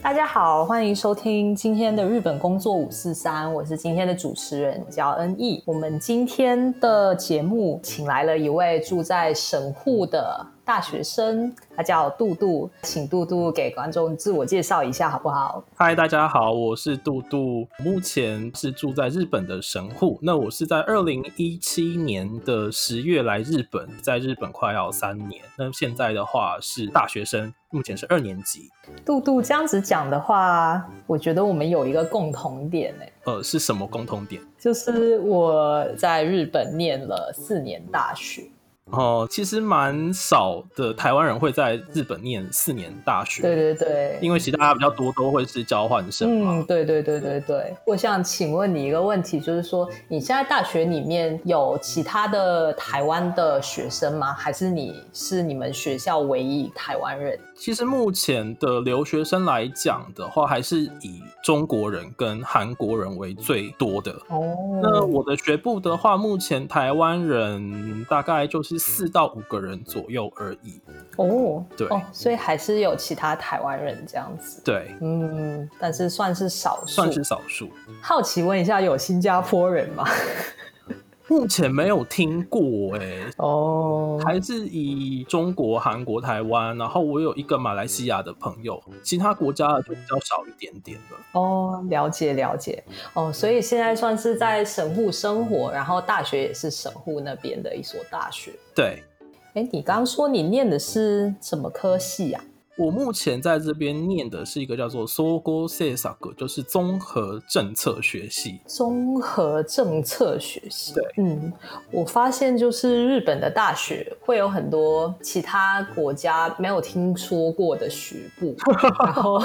大家好，欢迎收听今天的日本工作五四三，我是今天的主持人，我叫恩义。我们今天的节目请来了一位住在神户的大学生，他叫杜杜，请杜杜给观众自我介绍一下好不好？嗨，大家好，我是杜杜，目前是住在日本的神户。那我是在二零一七年的十月来日本，在日本快要三年。那现在的话是大学生，目前是二年级。杜杜这样子讲的话，我觉得我们有一个共同点哎、呃，是什么共同点？就是我在日本念了四年大学。哦、其实蛮少的台湾人会在日本念四年大学，对对对，因为其实大家比较多都会是交换生嘛。嗯，对对对对对，我想请问你一个问题，就是说你现在大学里面有其他的台湾的学生吗？还是你是你们学校唯一台湾人？其实目前的留学生来讲的话，还是以中国人跟韩国人为最多的。那哦，我的学部的话，目前台湾人大概就是四到五个人左右而已。哦，对哦，所以还是有其他台湾人这样子。对，嗯，但是算是少数。算是少数。好奇问一下，有新加坡人吗？目前没有听过哎、哦，还是以中国、韩国、台湾，然后我有一个马来西亚的朋友，其他国家的就比较少一点点了。哦，了解了解。哦，所以现在算是在神户生活，然后大学也是神户那边的一所大学。对哎，你刚说你念的是什么科系啊呀、我目前在这边念的是一个叫做 Sogo s e s a k 就是综合政策学系。综合政策学系。对，嗯，我发现就是日本的大学会有很多其他国家没有听说过的学 部，然后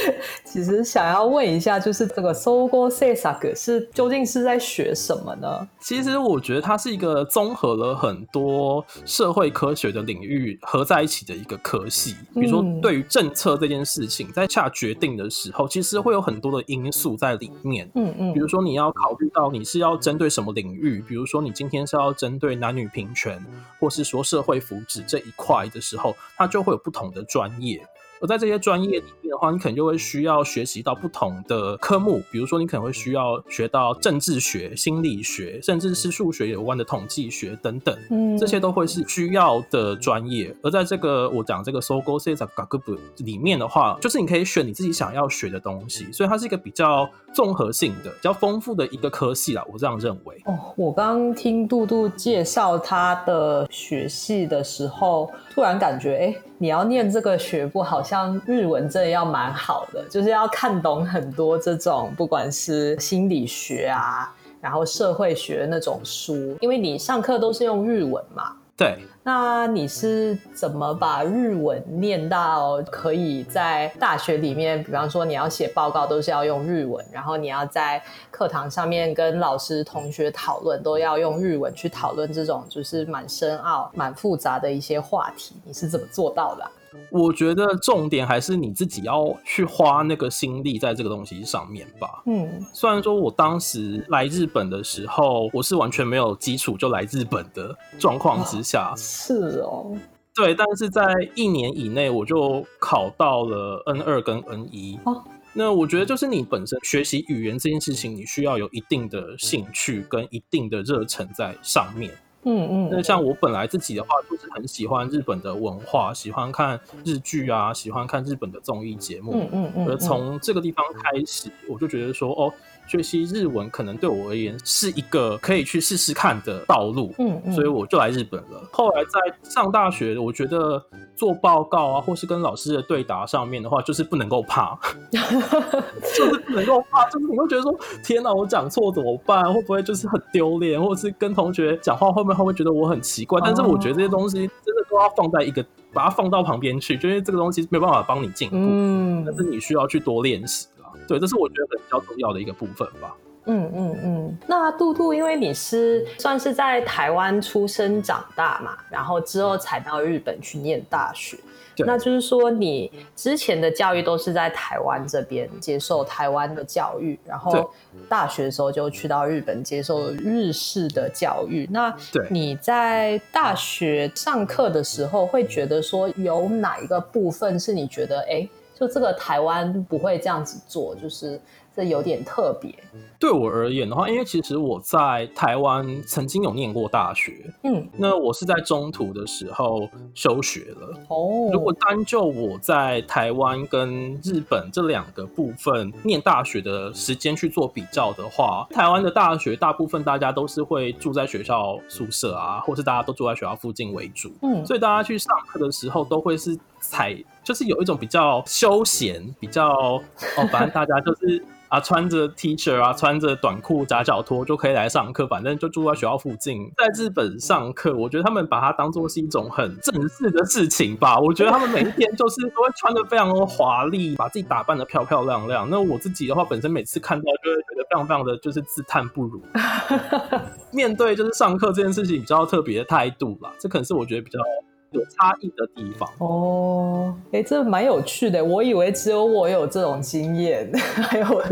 其实想要问一下，就是这个 Sogo s e s a k 是究竟是在学什么呢？其实我觉得它是一个综合了很多社会科学的领域合在一起的一个科系。比如说嗯，对于政策这件事情，在下决定的时候，其实会有很多的因素在里面。嗯比嗯如说，你要考虑到你是要针对什么领域，比如说你今天是要针对男女平权，或是说社会福祉这一块的时候，它就会有不同的专业。而在这些专业里面的话，你可能就会需要学习到不同的科目，比如说你可能会需要学到政治学、心理学，甚至是数学有关的统计学等等。嗯，这些都会是需要的专业。而在这个我讲这个 Sogo s e a g a k b 里面的话，就是你可以选你自己想要学的东西，所以它是一个比较综合性的、比较丰富的一个科系啦。我这样认为。哦，我刚听杜杜介绍他的学系的时候，突然感觉，哎，你要念这个学部，好像日文真的要蛮好的，就是要看懂很多这种，不管是心理学啊，然后社会学那种书，因为你上课都是用日文嘛。对，那你是怎么把日文念到可以在大学里面，比方说你要写报告都是要用日文，然后你要在课堂上面跟老师、同学讨论都要用日文去讨论这种就是蛮深奥、蛮复杂的一些话题，你是怎么做到的啊、我觉得重点还是你自己要去花那个心力在这个东西上面吧。嗯，虽然说我当时来日本的时候，我是完全没有基础就来日本的状况之下，是哦，对，但是在一年以内我就考到了 N 二跟 N 一。哦那我觉得就是你本身学习语言这件事情，你需要有一定的兴趣跟一定的热忱在上面。嗯那像我本来自己的话，就是很喜欢日本的文化，喜欢看日剧啊，喜欢看日本的综艺节目。嗯嗯嗯，而从这个地方开始，我就觉得说，哦，学习日文可能对我而言是一个可以去试试看的道路。嗯嗯，所以我就来日本了。后来在上大学，我觉得做报告啊，或是跟老师的对答上面的话，就是不能够 怕，就是不能够怕，就是你会觉得说，天哪，我讲错怎么办？会不会就是很丢脸，或者是跟同学讲话后面他会觉得我很奇怪？但是我觉哦得这些东西真的都要放在一个，把它放到旁边去，就是这个东西没办法帮你进步，嗯但是你需要去多练习啦。对，这是我觉得比较重要的一个部分吧。嗯嗯嗯，那杜杜，因为你是算是在台湾出生长大嘛，然后之后才到日本去念大学，嗯对那就是说你之前的教育都是在台湾这边接受台湾的教育，然对后大学的时候就去到日本接受日式的教育。那对你在大学上课的时候，会觉得说有哪一个部分是你觉得哎？诶就这个台湾不会这样子做，就是这有点特别。对我而言的话，因为其实我在台湾曾经有念过大学，嗯，那我是在中途的时候休学了。哦，如果单就我在台湾跟日本这两个部分念大学的时间去做比较的话，台湾的大学大部分大家都是会住在学校宿舍啊，或是大家都住在学校附近为主，嗯所以大家去上课的时候都会是采，就是有一种比较休闲，比较哦，反正大家就是。 啊，穿着 T 恤啊，穿着短裤夹脚拖就可以来上课，反正就住在学校附近。在日本上课，我觉得他们把它当做是一种很正式的事情吧。我觉得他们每一天就是都会穿的非常的华丽，把自己打扮的漂漂亮亮。那我自己的话，本身每次看到就会觉得非常非常的就是自叹不如。面对就是上课这件事情比较特别的态度啦，这可能是我觉得比较有差异的地方。哦，哎、这蛮有趣的。我以为只有我有这种经验， 还 有，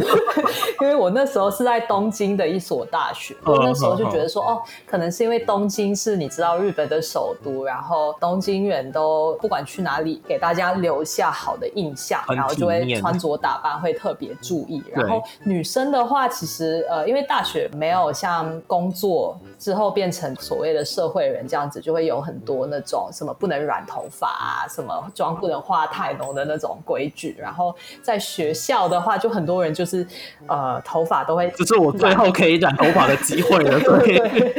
因为我那时候是在东京的一所大学，嗯我那时候就觉得说，哦，可能是因为东京是你知道日本的首都，然后东京人都不管去哪里，给大家留下好的印象，很然后就体会面穿着打扮会特别注意。对然后女生的话，其实呃，因为大学没有像工作之后变成所谓的社会人这样子，就会有很多那种什么不能染头发啊，什么妆不能化太浓的那种规矩。然后在学校的话，就很多人就是呃，头发都会这是我最后可以染头发的机会了，对。对，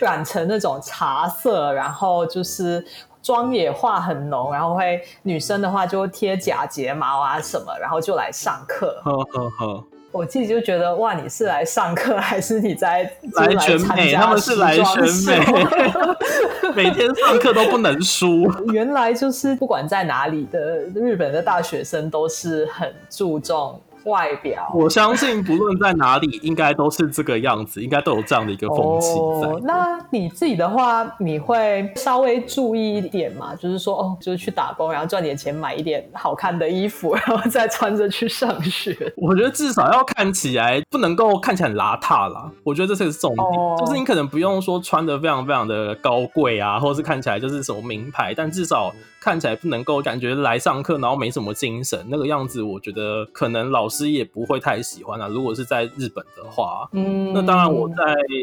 染成那种茶色，然后就是妆也化很浓，然后会女生的话就贴假睫毛啊什么，然后就来上课。呵呵呵，我自己就觉得哇，你是来上课还是你在来选美，他们是来选？就是 参加时装秀美， 每天上课都不能输。原来就是不管在哪里的日本的大学生都是很注重外表。我相信不论在哪里，应该都是这个样子，应该都有这样的一个风气在。哦。那你自己的话，你会稍微注意一点嘛？就是说，哦，就是去打工，然后赚点钱买一点好看的衣服，然后再穿着去上学。我觉得至少要看起来不能够看起来很邋遢啦，我觉得这是个重点。哦就是你可能不用说穿的非常非常的高贵啊，或者是看起来就是什么名牌，但至少看起来不能够感觉来上课然后没什么精神那个样子，我觉得可能老师也不会太喜欢啊。如果是在日本的话，嗯那当然，我在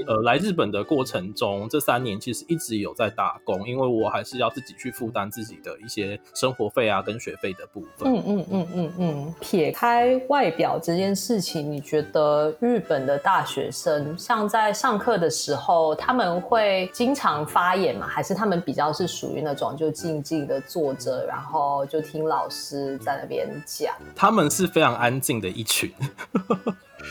呃来日本的过程中，这三年其实一直有在打工，因为我还是要自己去负担自己的一些生活费啊跟学费的部分。嗯嗯嗯嗯嗯，撇开外表这件事情，你觉得日本的大学生像在上课的时候，他们会经常发言吗？还是他们比较是属于那种就静静的坐着，然后就听老师在那边讲？他们是非常安静的一群，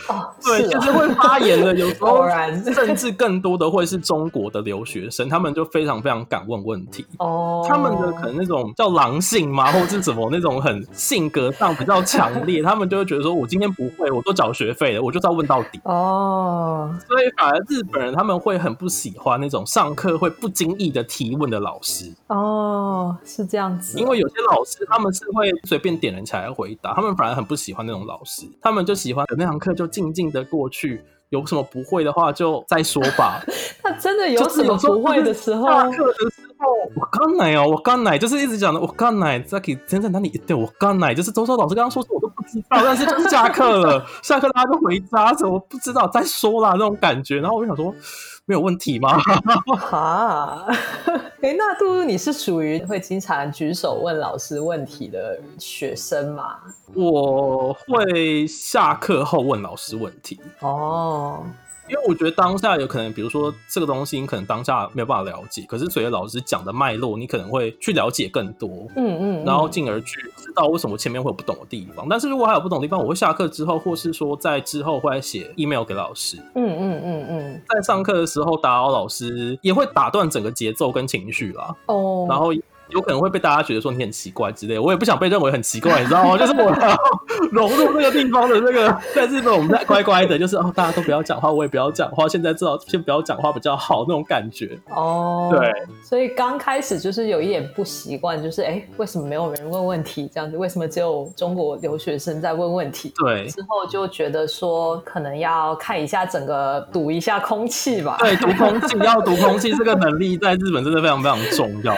哦，对，是就啊哦是会发言的，有时候 果然甚至更多的会是中国的留学生，他们就非常非常敢问问题。哦，他们的可能那种叫狼性嘛，或者是什么那种很性格上比较强烈，他们就会觉得说，我今天不会，我都缴学费了，我就是要问到底。哦，所以反而日本人他们会很不喜欢那种上课会不经意的提问的老师，哦，是这样子，因为有些老师他们是会随便点人起来回答，他们反而很不喜欢那种老师，他们就喜欢那堂课就静静的过去。有什么不会的话就再说吧。那真的就有是什啊么有时候不会的时候，下课的时候，我刚来哦，我刚来，就是一直讲的我刚来，Zaki 真在哪里？对，我刚来，就是周周老师刚刚说什么我都不知道，但是就是下课了，下课大家就回家，什么不知道再说啦那种感觉。然后我就想说，没有问题吗？ 哈， 哎，那杜杜你是属于会经常举手问老师问题的学生吗？我会下课后问老师问题，哦，因为我觉得当下有可能，比如说这个东西你可能当下没有办法了解，可是随着老师讲的脉络，你可能会去了解更多，嗯嗯，嗯然后进而去知道为什么前面会有不懂的地方。但是如果还有不懂的地方，我会下课之后，或是说在之后会写 email 给老师，嗯嗯嗯嗯，在上课的时候打扰老师，也会打断整个节奏跟情绪啦，哦，然后。有可能会被大家觉得说你很奇怪之类的，我也不想被认为很奇怪，你知道吗？就是我要 融入这个地方的那个，在日本我们在乖乖的，就是哦，大家都不要讲话，我也不要讲话，现在至少先不要讲话比较好那种感觉。哦，对，所以刚开始就是有一点不习惯，就是哎，诶为什么没有人问问题这样子？为什么只有中国留学生在问问题？对，之后就觉得说，可能要看一下整个，赌一下空气吧。对，读空气要读空气这个能力在日本真的非常非常重要。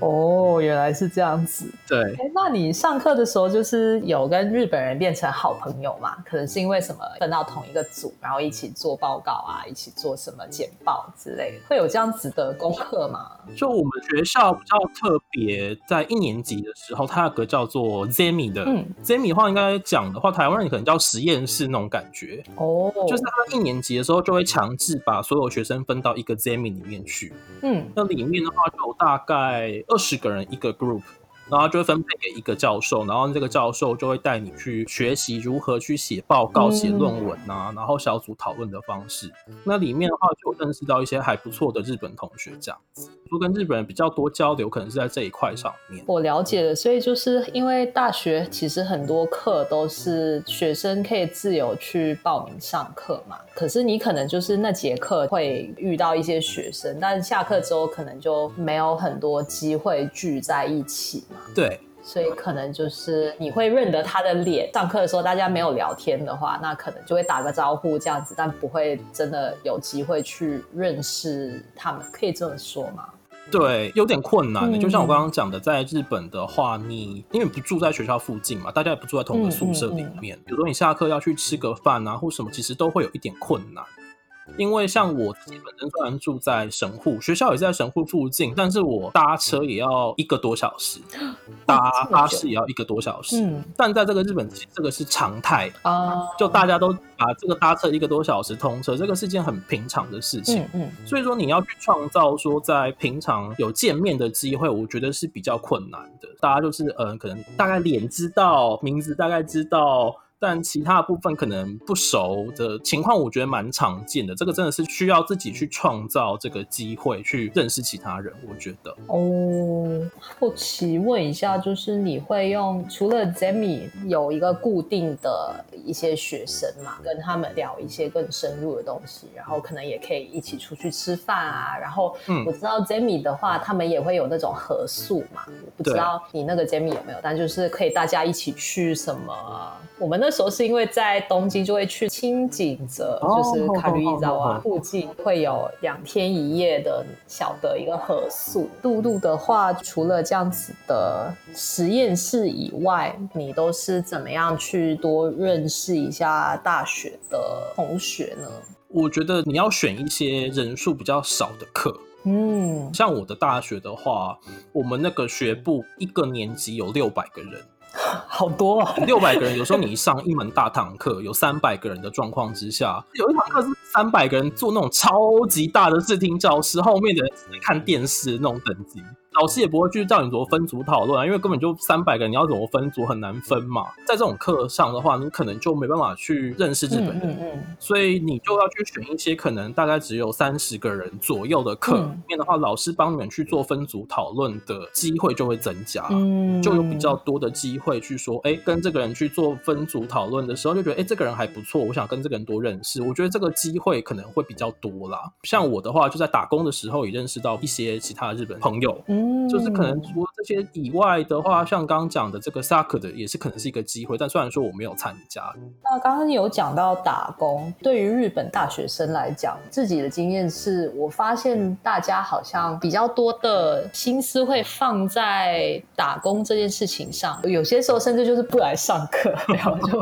哦，原来是这样子。对，哎，那你上课的时候就是有跟日本人变成好朋友嘛？可能是因为什么分到同一个组，然后一起做报告啊，一起做什么简报之类的，会有这样子的功课吗？就我们学校比较特别，在一年级的时候，它有个叫做 Zemi 的、嗯 Zemi 的话，应该讲的话，台湾人可能叫实验室那种感觉。哦，就是他一年级的时候就会强制把所有学生分到一个 Zemi 里面去，嗯，那里面的话就有大概二十个人一个 group，然后就会分配给一个教授，然后这个教授就会带你去学习如何去写报告、嗯写论文啊，然后小组讨论的方式。那里面的话就有认识到一些还不错的日本同学，这样子，就跟日本人比较多交流，可能是在这一块上面。我了解了，所以就是因为大学其实很多课都是学生可以自由去报名上课嘛，可是你可能就是那节课会遇到一些学生，但下课之后可能就没有很多机会聚在一起嘛，对，所以可能就是你会认得他的脸。上课的时候大家没有聊天的话，那可能就会打个招呼这样子，但不会真的有机会去认识他们，可以这么说吗？对，有点困难的。嗯就像我刚刚讲的，在日本的话，你因为不住在学校附近嘛，大家也不住在同一个宿舍嗯里面，比如说你下课要去吃个饭啊，或什么，其实都会有一点困难。因为像我自己本身虽然住在神户，学校也在神户附近，但是我搭车也要一个多小时，搭哦这么久巴士也要一个多小时。嗯但在这个日本，其实这个是常态，啊，就大家都把这个搭车一个多小时通车，这个是件很平常的事情。嗯嗯。所以说你要去创造说在平常有见面的机会，我觉得是比较困难的。大家就是嗯、呃可能大概脸知道，名字大概知道。但其他的部分可能不熟的情况，我觉得蛮常见的。这个真的是需要自己去创造这个机会去认识其他人。我觉得哦，好奇问一下，就是你会用除了 Zemi 有一个固定的一些学生嘛，跟他们聊一些更深入的东西，然后可能也可以一起出去吃饭啊。然后嗯我知道 Zemi 的话，他们也会有那种合宿嘛，我不知对道你那个 Zemi 有没有，但就是可以大家一起去什么。我们那时候是因为在东京就会去清井泽，哦就是卡吕伊扎好好好瓦好啊附近会有两天一夜的小的一个合宿。陆路的话，除了这样子的实验室以外，你都是怎么样去多认识一下大学的同学呢？我觉得你要选一些人数比较少的课，嗯，像我的大学的话，我们那个学部一个年级有六百个人， 好多、哦，六百个人，有时候你上一门大堂课，有三百个人的状况之下，有一堂课是三百个人做那种超级大的视听教室，后面的人只能看电视的那种等级。老师也不会去叫你怎么分组讨论啊，因为根本就三百个人，你要怎么分组很难分嘛。在这种课上的话，你可能就没办法去认识日本嗯人，嗯嗯，所以你就要去选一些可能大概只有三十个人左右的课，嗯里面的话，老师帮你们去做分组讨论的机会就会增加。嗯啊就有比较多的机会去说，哎、跟这个人去做分组讨论的时候，就觉得，哎、这个人还不错，我想跟这个人多认识。我觉得这个机会可能会比较多啦。像我的话，就在打工的时候也认识到一些其他的日本朋友。嗯，就是可能除了这些以外的话，像刚刚讲的这个 s a k 的也是可能是一个机会，但虽然说我没有参加， 那刚刚有讲到打工，对于日本大学生来讲，自己的经验是我发现大家好像比较多的心思会放在打工这件事情上，有些时候甚至就是不来上课， 然后就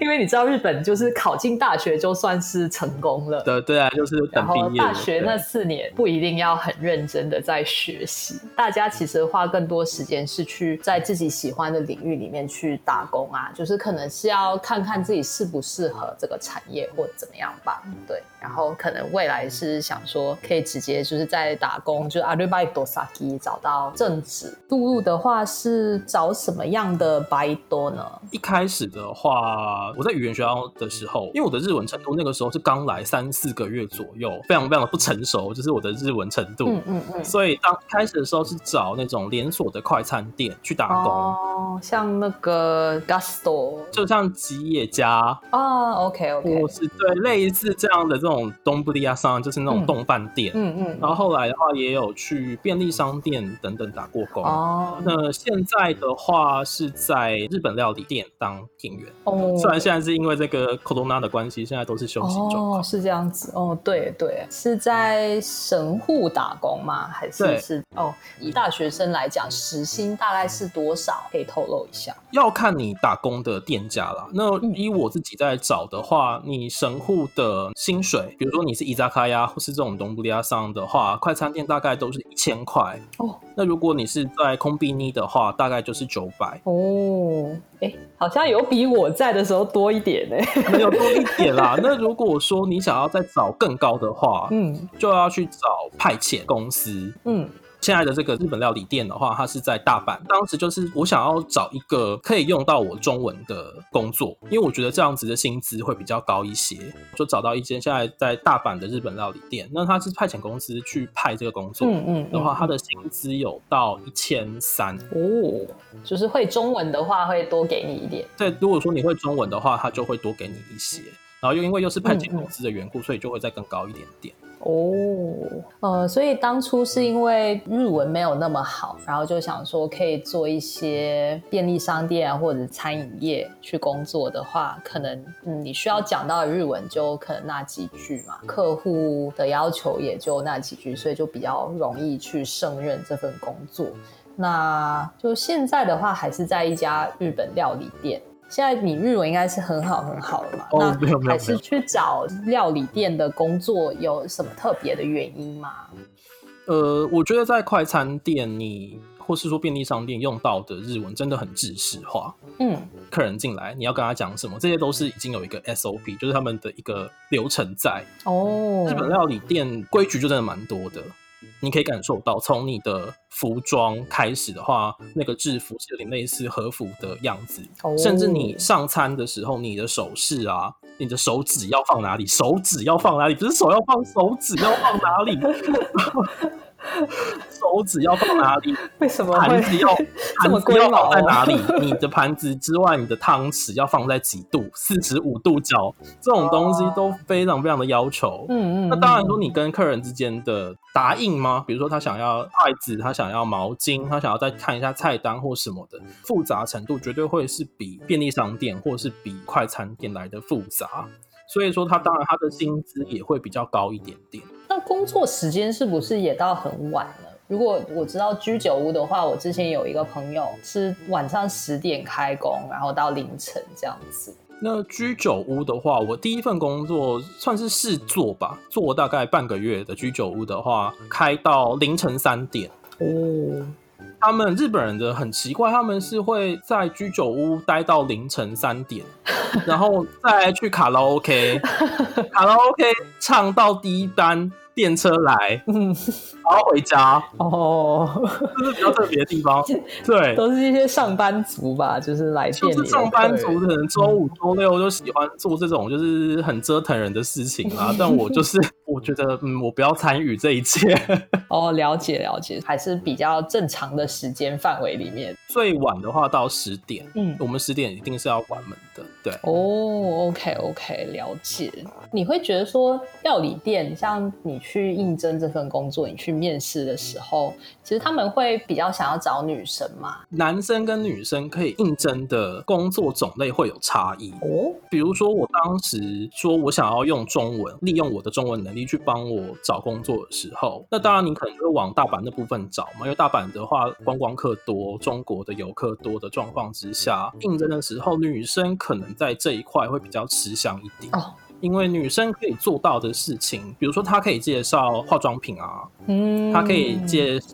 因为你知道日本就是考进大学就算是成功了。对对啊，就是等然毕后业大了学对那四年不一定要很认真的在学习，大家其实花更多时间是去在自己喜欢的领域里面去打工啊，就是可能是要看看自己适不适合这个产业或怎么样吧，对。然后可能未来是想说可以直接就是在打工，就是阿瑞巴多萨基找到正职。陆路的话是找什么样的的白多呢？一开始的话，我在语言学校的时候，因为我的日文程度那个时候是刚来三四个月左右，非常非常的不成熟，就是我的日文程度。嗯嗯嗯。所以当开始的时候是找那种连锁的快餐店去打工，哦，像那个 Gusto 就像吉野家啊，OK 或 OK，是对类似这样的这种东布利亚商，就是那种冻饭店。嗯嗯，然后后来的话，也有去便利商店等等打过工。哦那现在的话是在日本料理店当店员，哦，虽然现在是因为这个 corona 的关系，现在都是休息状况。哦，是这样子哦，对对，是在神户打工吗？还是对是哦？以大学生来讲，时薪大概是多少？可以透露一下？要看你打工的店家啦。那嗯以我自己在找的话，你神户的薪水，比如说你是伊扎卡呀，或是这种东布利亚桑的话，快餐店大概都是一千块哦。，那如果你是在空比尼的话，大概就是九百 哦，哎，好像有比我在的时候多一点呢。没有多一点啦。那如果说你想要再找更高的话，嗯就要去找派遣公司。嗯现在的这个日本料理店的话，它是在大阪。当时就是我想要找一个可以用到我中文的工作，因为我觉得这样子的薪资会比较高一些。就找到一间现在在大阪的日本料理店，那它是派遣公司去派这个工作嗯嗯，的话，它的薪资有到一千三。嗯哦，就是会中文的话，会多给你一点。对，如果说你会中文的话，它就会多给你一些。然后又因为又是派遣嗯嗯公司的缘故，所以就会再更高一点点。哦，呃，所以当初是因为日文没有那么好，然后就想说可以做一些便利商店啊或者餐饮业去工作的话，可能嗯你需要讲到的日文就可能那几句嘛，客户的要求也就那几句，所以就比较容易去胜任这份工作。那就现在的话，还是在一家日本料理店。现在你日文应该是很好很好了嘛？哦那没有没有还是去找料理店的工作有什么特别的原因吗？呃，我觉得在快餐店你或是说便利商店用到的日文真的很制式化。嗯，客人进来，你要跟他讲什么，这些都是已经有一个 SOP，就是他们的一个流程在。哦，日本料理店规矩就真的蛮多的，你可以感受到，从你的服装开始的话，那个制服是有点类似和服的样子，哦甚至你上餐的时候，你的手势啊，你的手指要放哪里，手指要放哪里，不是手要放手指要放哪里，手指要放哪里，为什么盘子要 这么盘子要龟毛放在哦哪里？ 你的盘子之外，你的汤匙要放在几度？四十五度角，这种东西都非常非常的要求。嗯嗯，那当然说，你跟客人之间的答应吗？比如说他想要筷子，他想要毛巾，他想要再看一下菜单或什么的，复杂程度绝对会是比便利商店或是比快餐店来的复杂。所以说，他当然他的薪资也会比较高一点点。那工作时间是不是也到很晚了？如果我知道居酒屋的话，我之前有一个朋友是晚上十点开工，然后到凌晨这样子。那居酒屋的话，我第一份工作算是试做吧，做大概半个月的居酒屋的话，开到凌晨三点。哦，他们日本人的很奇怪，他们是会在居酒屋待到凌晨三点，然后再去卡拉 OK，卡 拉 OK 唱到第一班电车来，嗯，然后回家，哦，这是比较特别的地方。对，都是一些上班族 吧，就是来店就里的是上客班人族可能周五、周六就喜欢做这种就是很折腾人的事情啦。但我就是我觉得，嗯，我不要参与这一切。 哦，了解了解，还是比较正常的时间范围里面。最晚的话到十点，嗯，我们十点一定是要关门的。对，哦，OK OK，了解。你会觉得说料理店，像你去应征这份工作，你去面试的时候，其实他们会比较想要找女生嘛？男生跟女生可以应征的工作种类会有差异。哦，比如说，我当时说我想要用中文，利用我的中文能力去帮我找工作的时候，那当然你可能就会往大阪那部分找嘛，因为大阪的话观光客多，中国的游客多的状况之下，应征的时候，女生可能在这一块会比较吃香一点。哦，因为女生可以做到的事情，比如说她可以介绍化妆品啊，嗯，她可以介绍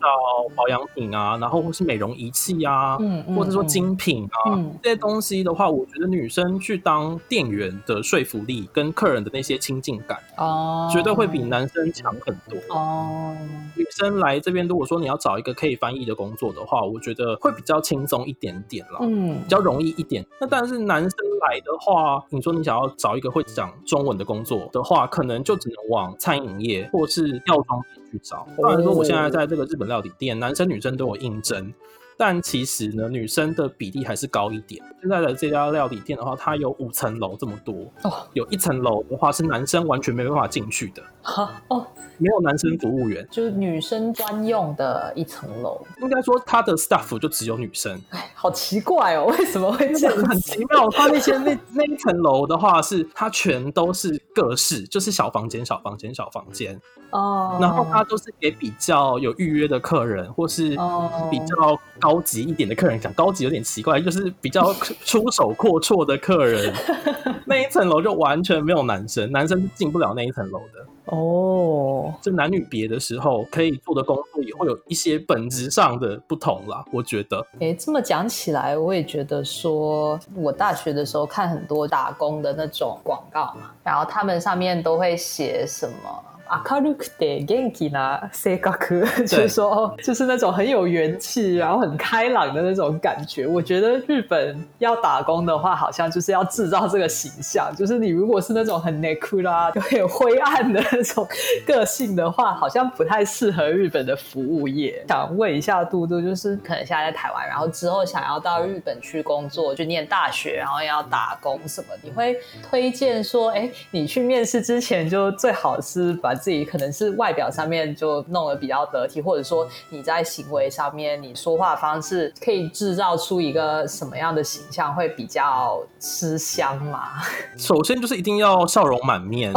保养品啊，然后或是美容仪器啊，嗯，嗯或者说精品啊、嗯这些东西的话，我觉得女生去当店员的说服力跟客人的那些亲近感，嗯哦，绝对会比男生强很多。哦，女生来这边，如果说你要找一个可以翻译的工作的话，我觉得会比较轻松一点点啦。嗯 比，较容易一点。那但是男生来的话，你说你想要找一个会讲中文的工作的话，可能就只能往餐饮业或是药妆店去找。当然说，我现在在这个日本料理店，男生女生都有应征。但其实呢，女生的比例还是高一点。现在的这家料理店的话，它有五层楼这么多，哦有一层楼的话是男生完全没办法进去的，好哦，没有男生服务员。就是女生专用的一层楼，应该说，他的 staff 就只有女生，好奇怪哦，为什么会这很样 很子？奇妙。他那些那那一层楼的话是，它全都是各室，就是小房间、小房间、小房间，哦，然后它都是给比较有预约的客人，或是哦比较高级一点的客人。讲高级有点奇怪，就是比较出手阔绰的 客人。那一层楼就完全没有男生，男生是进不了那一层楼的。哦，就男女别的时候，可以做的工作也会有一些本质上的不同啦，我觉得。诶，这么讲起来，我也觉得说，我大学的时候看很多打工的那种广告嘛，然后他们上面都会写什么。明るくて元気な性 格，就是说，哦就是那种很有元气，然后很开朗的那种感觉。我觉得日本要打工的话，好像就是要制造这个形象，就是你如果是那种很 n e k u 啦，有点灰暗的那种个性的话，好像不太适合日本的服务业。想问一下杜杜，就是可能现在在台湾，然后之后想要到日本去工作，去念大学，然后要打工什么，你会推荐说，哎，你去面试之前就最好是把自己可能是外表上面就弄得比较得体，或者说你在行为上面，你说话方式可以制造出一个什么样的形象会比较吃香吗？首先就是一定要笑容满面。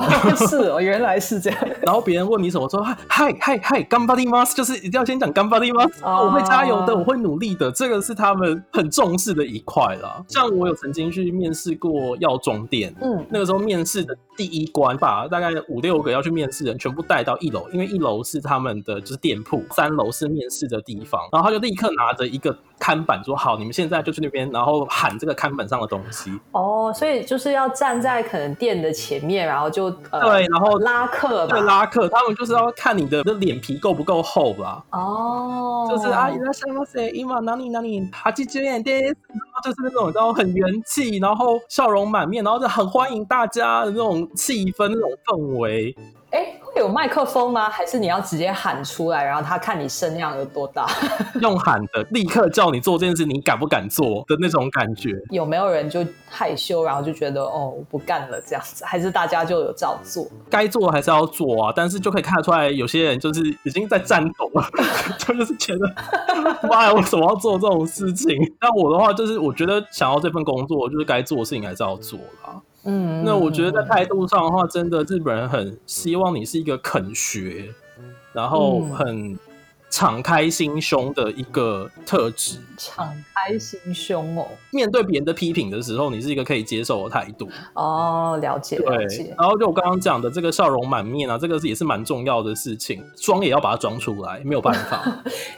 是哦，原来是这样。 然后别人问你什么，说嗨嗨嗨，干巴地吗？就是一定要先讲干巴地吗？哦我会加油的，我会努力的，这个是他们很重视的一块啦。像我有曾经去面试过药妆店。嗯，那个时候面试的第一关，把大概五六个要去面试的人全部带到一楼，因为一楼是他们的就是店铺，三楼是面试的地方。然后他就立刻拿着一个看板说：“好，你们现在就去那边，然后喊这个看板上的东西。”哦，所以就是要站在可能店的前面，然后就、呃、对然后拉客吧，对拉客，他们就是要看你的那脸皮够不够厚吧。哦，就是啊，いらっしゃいませ。今哪里哪里八七九点です。然后就是那种，然后很元气，然后笑容满面，然后就很欢迎大家的那种气氛、那种氛围。哎，会有麦克风吗？还是你要直接喊出来，然后他看你声量有多大？ 用喊的，立刻叫你做这件事，你敢不敢做的那种感觉。有没有人就害羞，然后就觉得哦我不干了这样子？还是大家就有照做？该做的还是要做啊，但是就可以看得出来，有些人就是已经在战斗了， 就就是觉得，妈呀，为什么要做这种事情？但我的话就是，我觉得想要这份工作，就是该做的事情还是要做啦。嗯，那我觉得在态度上的话，真的日本人很希望你是一个肯学，然后嗯很敞开心胸的一个特质。敞开心胸哦，面对别人的批评的时候，你是一个可以接受的态度。哦，了解了对解，，然后就我刚刚讲的这个笑容满面啊，这个是也是蛮重要的事情，装也要把它装出来，没有办 法，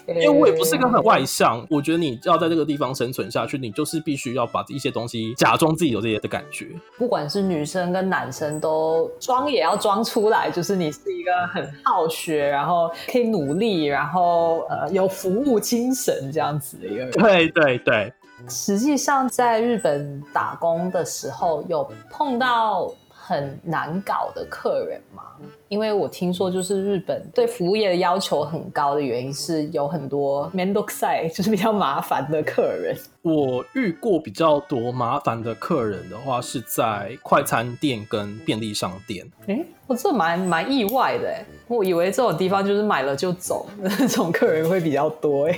因因为我也不是个很外向。我觉得你要在这个地方生存下去，你就是必须要把一些东西假装自己有这些的感觉。不管是女生跟男生都装也要装出来，就是你是一个很好学，然后可以努力，然后呃有服务精神这样子的一个人。对对对，实际上在日本打工的时候，有碰到很难搞的客人吗？因为我听说，就是日本对服务业的要求很高的原因是有很多 m e n d o k s a i 就是比较麻烦的客人。我遇过比较多麻烦的客人的话，是在快餐店跟便利商店。诶，我这蛮蛮意外的诶，我以为这种地方就是买了就走， 那种客人会比较多 诶。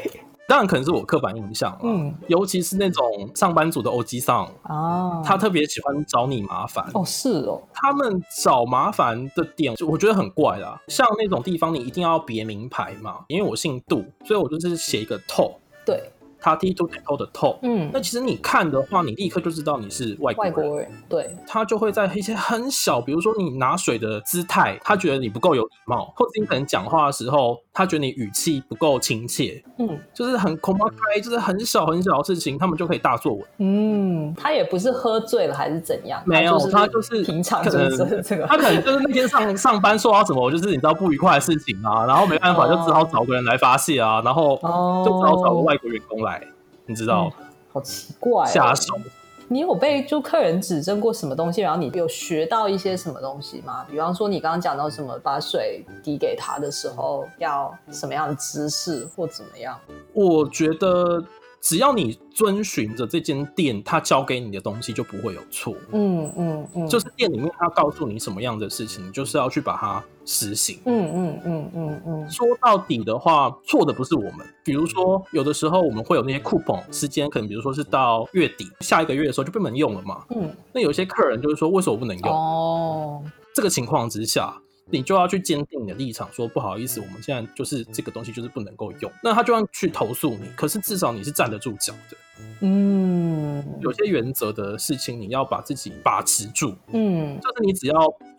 当然，可能是我刻板印象啦，嗯尤其是那种上班族的 OG 上，啊他特别喜欢找你麻烦。哦是哦，他们找麻烦的点，就我觉得很怪啦。像那种地方，你一定要别名牌嘛，因为我姓杜，所以我就是写一个透。对，塔踢 to tackle 的 toe。嗯那，其实你看的话，你立刻就知道你是外国外人。国人对，他就会在一些很小，比如说你拿水的姿态，他觉得你不够有礼貌，或者你可能讲话的时候，他觉得你语气不够亲切，嗯就是很恐怕开，就是很小很小的事情，他们就可以大作文。嗯，他也不是喝醉了还是怎样，没有，他他就是是平常可就是能这这个他可能就是那天上上班受到什么，就是你知道不愉快的事情啊，然后没办法，就哦只好找个人来发泄啊，然后哦，就只好找个外国员工来，你知道、好奇怪、哦，下手。你有被就客人指正过什么东西，然后你有学到一些什么东西吗？比方说你刚刚讲到什么把水滴给他的时候要什么样的姿势或怎么样？我觉得只要你遵循着这间店他教给你的东西，就不会有错。嗯嗯嗯，就是店里面他告诉你什么样的事情，你就是要去把它实行。嗯嗯嗯嗯嗯说到底的话，错的不是我们。比如说，有的时候我们会有那些 coupon 时间，可能比如说是到月底，下一个月的时候就不能用了嘛。嗯，那有些客人就是说，为什么不能用？哦，这个情况之下，你就要去坚定你的立场，说不好意思，我们现在就是这个东西就是不能够用。那他就要去投诉你，可是至少你是站得住脚的。嗯有些原则的事情，你要把自己把持住，嗯就是你只要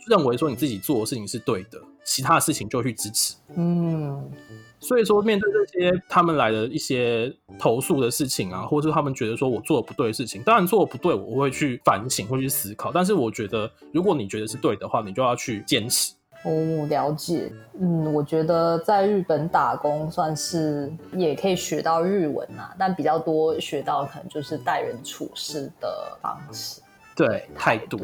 认为说你自己做的事情是对的，其他的事情就去支持。嗯所以说，面对这些他们来的一些投诉的事情啊，或者是他们觉得说我做的不对的事情，当然做的不对，我会去反省，会去思考。但是我觉得，如果你觉得是对的话，你就要去坚持。哦，了解。嗯，我觉得在日本打工算是也可以学到日文啊，但比较多学到可能就是待人处事的方式。对，态度，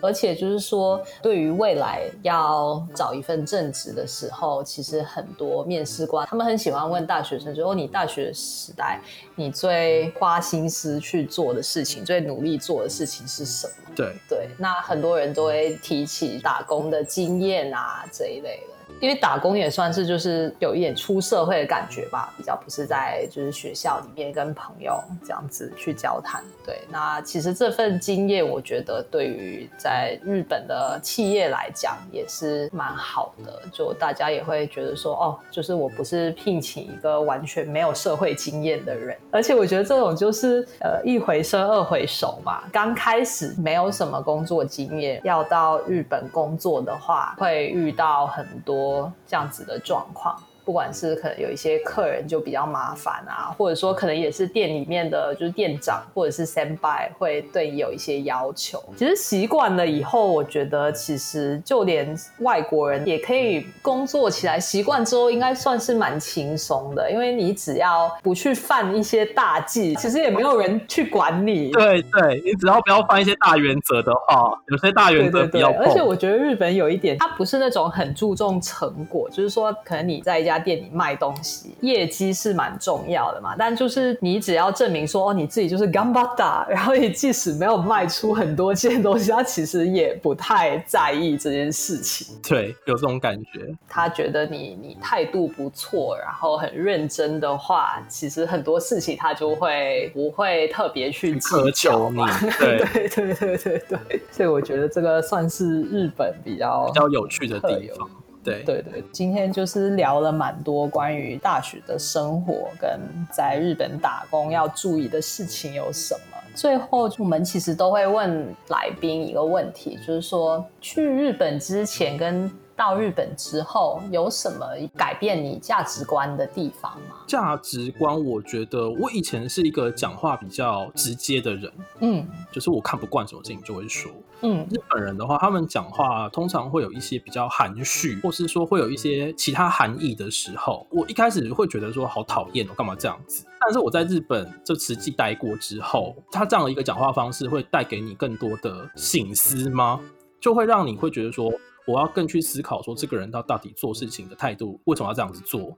而且就是说，对于未来要找一份正职的时候，其实很多面试官他们很喜欢问大学生说：“哦，你大学时代你最花心思去做的事情，最努力做的事情是什么对，？”对，那很多人都会提起打工的经验啊这一类的。因为打工也算是就是有一点出社会的感觉吧，比较不是在就是学校里面跟朋友这样子去交谈。对，那其实这份经验，我觉得对于在日本的企业来讲也是蛮好的，就大家也会觉得说，哦，就是我不是聘请一个完全没有社会经验的人，而且我觉得这种就是呃一回生二回熟嘛，刚开始没有什么工作经验，要到日本工作的话，会遇到很多这样子的状况。不管是可能有一些客人就比较麻烦啊，或者说可能也是店里面的就是店长或者是 standby 会对你有一些要求。其实习惯了以后，我觉得其实就连外国人也可以工作起来，习惯之后应该算是蛮轻松的，因为你只要不去犯一些大忌，其实也没有人去管你。对对，你只要不要犯一些大原则的话，有些大对原则对不对，要碰。而且我觉得日本有一点，它不是那种很注重成果，就是说，可能你在一家店里卖东西，业绩是蛮重要的嘛。但就是你只要证明说，哦，你自己就是干巴达， 然后你即使没有卖出很多件东西，他其实也不太在意这件事情。对有这种感觉，他觉得你你态度不错，然后很认真的话，其实很多事情他就会不会特别去计苛较求你嘛。，对，比 对对对对对，所以我觉得这个算是日本比较较有趣的特地有方。对对对，今天就是聊了蛮多关于大学的生活跟在日本打工要注意的事情有什么。最后，我们其实都会问来宾一个问题，就是说去日本之前跟到日本之后有什么改变你价值观的地方吗？价值观，我觉得我以前是一个讲话比较直接的人，嗯就是我看不惯什么事情就会说。嗯日本人的话，他们讲话通常会有一些比较含蓄，或是说会有一些其他含义的时候，我一开始会觉得说好讨厌哦，干嘛这样子？但是我在日本就实际待过之后，他这样的一个讲话方式会带给你更多的醒思吗？就会让你会觉得说，我要更去思考说这个人他到底做事情的态度为什么要这样子做？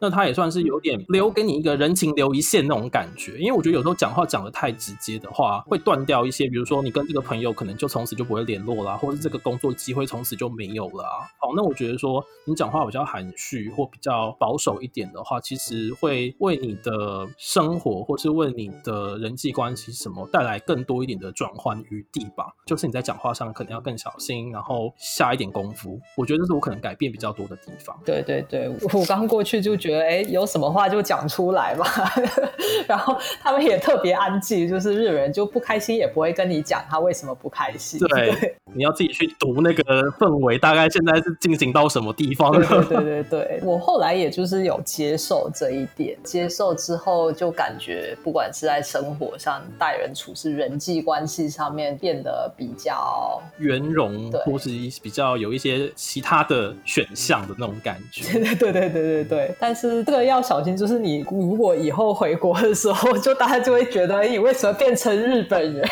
那他也算是有点留给你一个人情留一线那种感觉，因为我觉得有时候讲话讲的太直接的话，会断掉一些，比如说你跟这个朋友可能就从此就不会联络啦，或是这个工作机会从此就没有了啊、好，那我觉得说你讲话比较含蓄或比较保守一点的话，其实会为你的生活或是为你的人际关系什么带来更多一点的转换余地吧。就是你在讲话上可能要更小心，然后下一点点功夫。我觉得这是我可能改变比较多的地方。对对对，我刚过去就觉得，哎，有什么话就讲出来嘛。 然后他们也特别安静，就是日本人就不开心也不会跟你讲他为什么不开 心。对，你要自己去读那个氛围，大概现在是进行到什么地方对对了。对对对，我后来也就是有接受这一点，接受之后就感觉，不管是在生活上、待人处事、人际关系上面变得比较， 圆融对，或是一比较有一些其他的选项的那种感觉。对对对对对对。但是这个要小心，就是你如果以后回国的时候，就大家就会觉得哎你为什么变成日本人？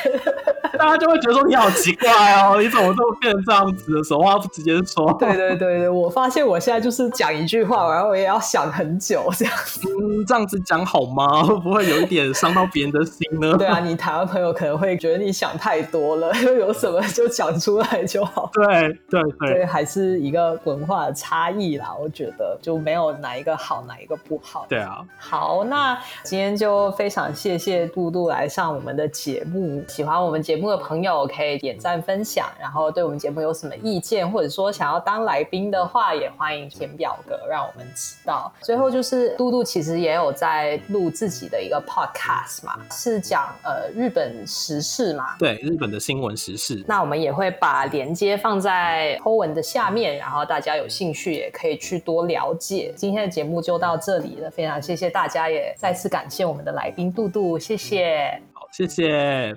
大家就会觉得说你好奇怪哦，你怎么这么变成这样子的时候，要不直接说？ 对对对对，我发现我现在就是讲一句话，然后我也要想很久这样。嗯，这样子讲好吗？ 会不会有一点伤到别人的心 呢？对啊，你台湾朋友可能会觉得你想太多了，就有什么就讲出来就好。对对对对，还是一个文化的差异啦。我觉得就没有哪一个好，哪一个不好。对啊！好，那今天就非常谢谢杜杜来上我们的节目。喜欢我们节目的朋友可以点赞分享，然后对我们节目有什么意见，或者说想要当来宾的话，也欢迎填表格让我们知道。最后就是杜杜其实也有在录自己的一个 podcast 嘛，是讲呃日本时事嘛，对日本的新闻时事，那我们也会把连接放在 Po 文的下面，然后大家有兴趣也可以去多了解。今天的节目就到这里了，非常谢谢大家，也再次感谢我们的来宾杜杜，谢谢。好，谢谢，